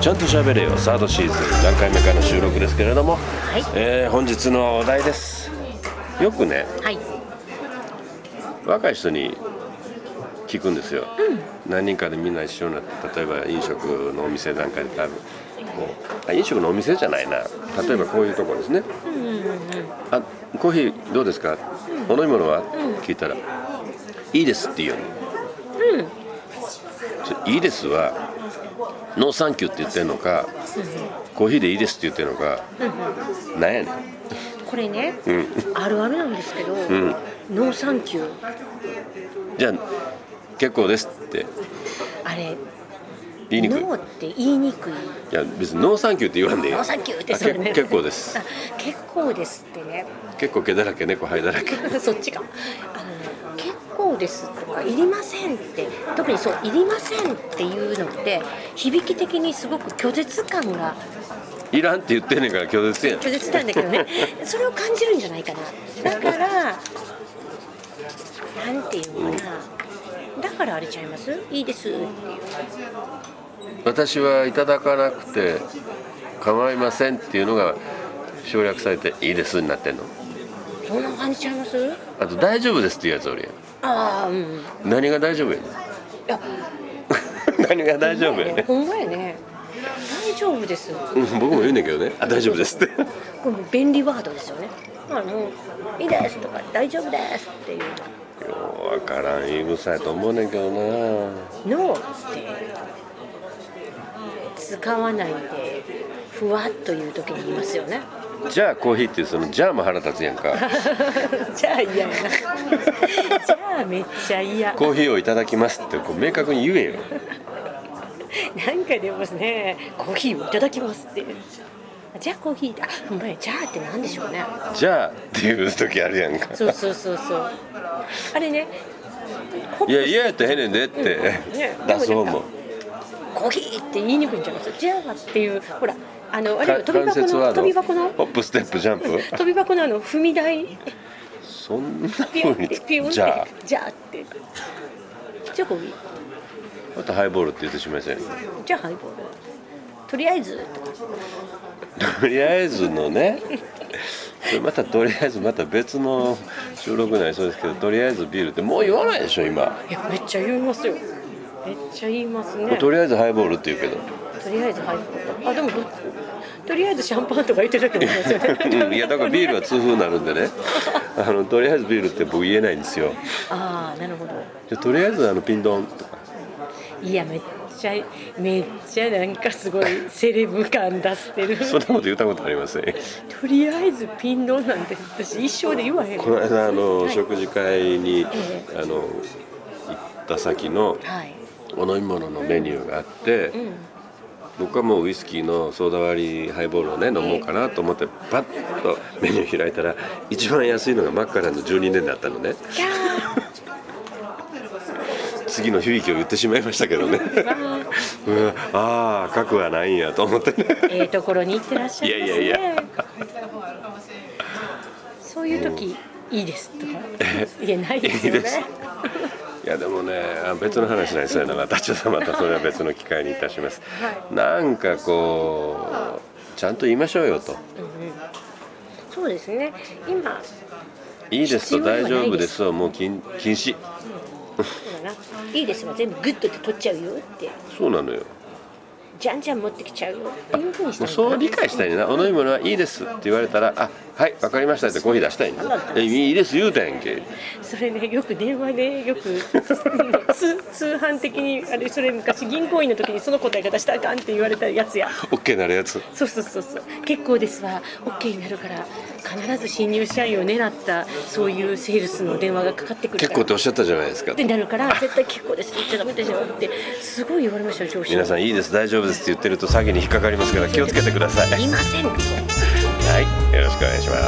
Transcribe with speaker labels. Speaker 1: ちゃんと喋れよサードシーズン何回目かの収録ですけれども、
Speaker 2: い
Speaker 1: えー本日のお題ですよくね
Speaker 2: はい
Speaker 1: 若い人に聞くんですよ、何人かでみんな一緒になって例えば飲食のお店なんかで多分こうあ飲食のお店じゃないな例えばこういうとこですね「あコーヒーどうですかお飲み物は?」聞いたら「いいです」って言うの。それいいですはノーサンキューって言ってるのか、コーヒーでいいですって言ってるのか、なんやねん
Speaker 2: これね、
Speaker 1: ん
Speaker 2: あるあるなんですけど、
Speaker 1: ん
Speaker 2: ノーサンキュー
Speaker 1: じゃあ結構ですって
Speaker 2: あれ
Speaker 1: 言いにくい
Speaker 2: ノーって言いにくい
Speaker 1: いや別にノーサンキューって言わんでいい
Speaker 2: ノーサンキューって
Speaker 1: あ
Speaker 2: それね
Speaker 1: け結構です
Speaker 2: あ結構ですってね
Speaker 1: 結構毛だらけ猫灰だらけ
Speaker 2: そっちかあのね結構ですとかいりませんって特にそういりませんっていうのって響き的にすごく拒絶感が
Speaker 1: いらんって言ってんねんから拒絶やん
Speaker 2: 拒絶したんだけ どねそれを感じるんじゃないかなだからなんていうのかなだからあれちゃいますいいですっていう
Speaker 1: 私はいただかなくて構いませんっていうのが省略されていいですになってんの
Speaker 2: そんな感じちゃいます
Speaker 1: あと大丈夫ですっていうやつおるや
Speaker 2: ああうんい
Speaker 1: ん何が大丈夫やね
Speaker 2: や
Speaker 1: ん 何が大丈夫やねん
Speaker 2: ほんまやね大丈夫です
Speaker 1: うん僕も言うねんけどねあ大丈夫ですって
Speaker 2: これも便利ワードですよねあのいいですとか大丈夫ですっていう
Speaker 1: よう分からん言い草やと思うねんけどな
Speaker 2: のって使わないでふわっという時に言いますよね
Speaker 1: じゃあコーヒーっていうそのじゃあも腹立つやんか
Speaker 2: じゃあ嫌やな じゃあめっちゃ嫌
Speaker 1: コーヒーをいただきますってこう明確に言えよ
Speaker 2: なんかでもねコーヒーをいただきますってじゃあコーヒーだほんまやじゃあってなんでしょうね
Speaker 1: じゃあっていう時あるやんか
Speaker 2: そうそうそうそうあれねホップ
Speaker 1: いや嫌やったらええねんでって、出そうも
Speaker 2: コーヒーって言いにくいんじゃないですかじゃあっていうほらあのあれ
Speaker 1: か
Speaker 2: よ飛び
Speaker 1: 関
Speaker 2: 箱
Speaker 1: 節ワード
Speaker 2: の飛び箱の
Speaker 1: ホップステップジャンプ
Speaker 2: 飛び箱のあの踏み台
Speaker 1: そんな
Speaker 2: ピュン
Speaker 1: ふう
Speaker 2: ってピュンっ
Speaker 1: に
Speaker 2: て
Speaker 1: じゃ
Speaker 2: じゃあってじゃあコーヒー
Speaker 1: ああとハイボールって言ってしまいそうやね
Speaker 2: じゃあハイボールとりあえずとか
Speaker 1: とりあえずのねこれまたとりあえずまた別の収録になりそうですけどとりあえずビールってもう言わないでしょ今
Speaker 2: いやめっちゃ言いますよめっちゃ言いますね
Speaker 1: とりあえずハイボールって言うけど
Speaker 2: とりあえずハイボールあでもどっとりあえずシャンパンとか言ってるけどですよ
Speaker 1: うん
Speaker 2: ね
Speaker 1: いやだからビールは痛風になるんでねあのとりあえずビールって僕言えないんですよ
Speaker 2: ああなるほど
Speaker 1: じゃあとりあえずあのピンドンとか
Speaker 2: いやめっちゃめっちゃなんかすごいセレブ感出してる
Speaker 1: そんなこと言ったことありません
Speaker 2: とりあえずピンドンなんて私一生で言わへん
Speaker 1: この間あの、
Speaker 2: はい
Speaker 1: 食事会に
Speaker 2: え
Speaker 1: あの行った先の
Speaker 2: はい
Speaker 1: お飲み物のメニューがあって、
Speaker 2: ん
Speaker 1: 僕はもうウイスキーのソーダ割りハイボールをね飲もうかなと思ってパッとメニュー開いたら一番安いのがマッカランの12年だったのね
Speaker 2: キャー
Speaker 1: 次の響きを言ってしまいましたけどね うわああ額はないんやと思って ね
Speaker 2: ええところに行ってらっしゃいますね
Speaker 1: いやいやいや
Speaker 2: そういう時いいですとか言えないですよ
Speaker 1: いいです
Speaker 2: ね
Speaker 1: いやでもねあ別の話になりそうやなまたちょっとまたそれは別の機会にいたします、
Speaker 2: は
Speaker 1: なんかこうちゃんと言いましょうよと
Speaker 2: そうですね今
Speaker 1: いいですと
Speaker 2: 必要
Speaker 1: 大
Speaker 2: では
Speaker 1: 丈
Speaker 2: ない
Speaker 1: 夫
Speaker 2: で
Speaker 1: で
Speaker 2: す
Speaker 1: すはもう禁禁止
Speaker 2: そうだないいですわ全部グッとって取っちゃうよって
Speaker 1: そうなのよ
Speaker 2: じゃんじゃん持ってきちゃうよっていうふうにした
Speaker 1: もう
Speaker 2: らいいかな
Speaker 1: そう理解したいねんなお飲み物はいいですって言われたらあはいわかりましたってコーヒー出したいねんえいいです言うたやんけ
Speaker 2: それねよく電話でよく 通通販的にあれそれ昔銀行員の時にその答え方したらあかんって言われたやつや
Speaker 1: OK なるやつ
Speaker 2: そうそうそうそう結構ですわ OK になるから必ず新入社員を狙ったそういうセールスの電話がかかってくる
Speaker 1: 結
Speaker 2: か
Speaker 1: 構っ
Speaker 2: ら
Speaker 1: ておっしゃったじゃないですか
Speaker 2: ってなるから絶対結構です言っちゃダメでしょってすごい言われましたよ上司に
Speaker 1: 皆さんいいです大丈夫ですって言ってると詐欺に引っかかりますから気をつけてください
Speaker 2: いませんって言われて
Speaker 1: はいよろしくお願いします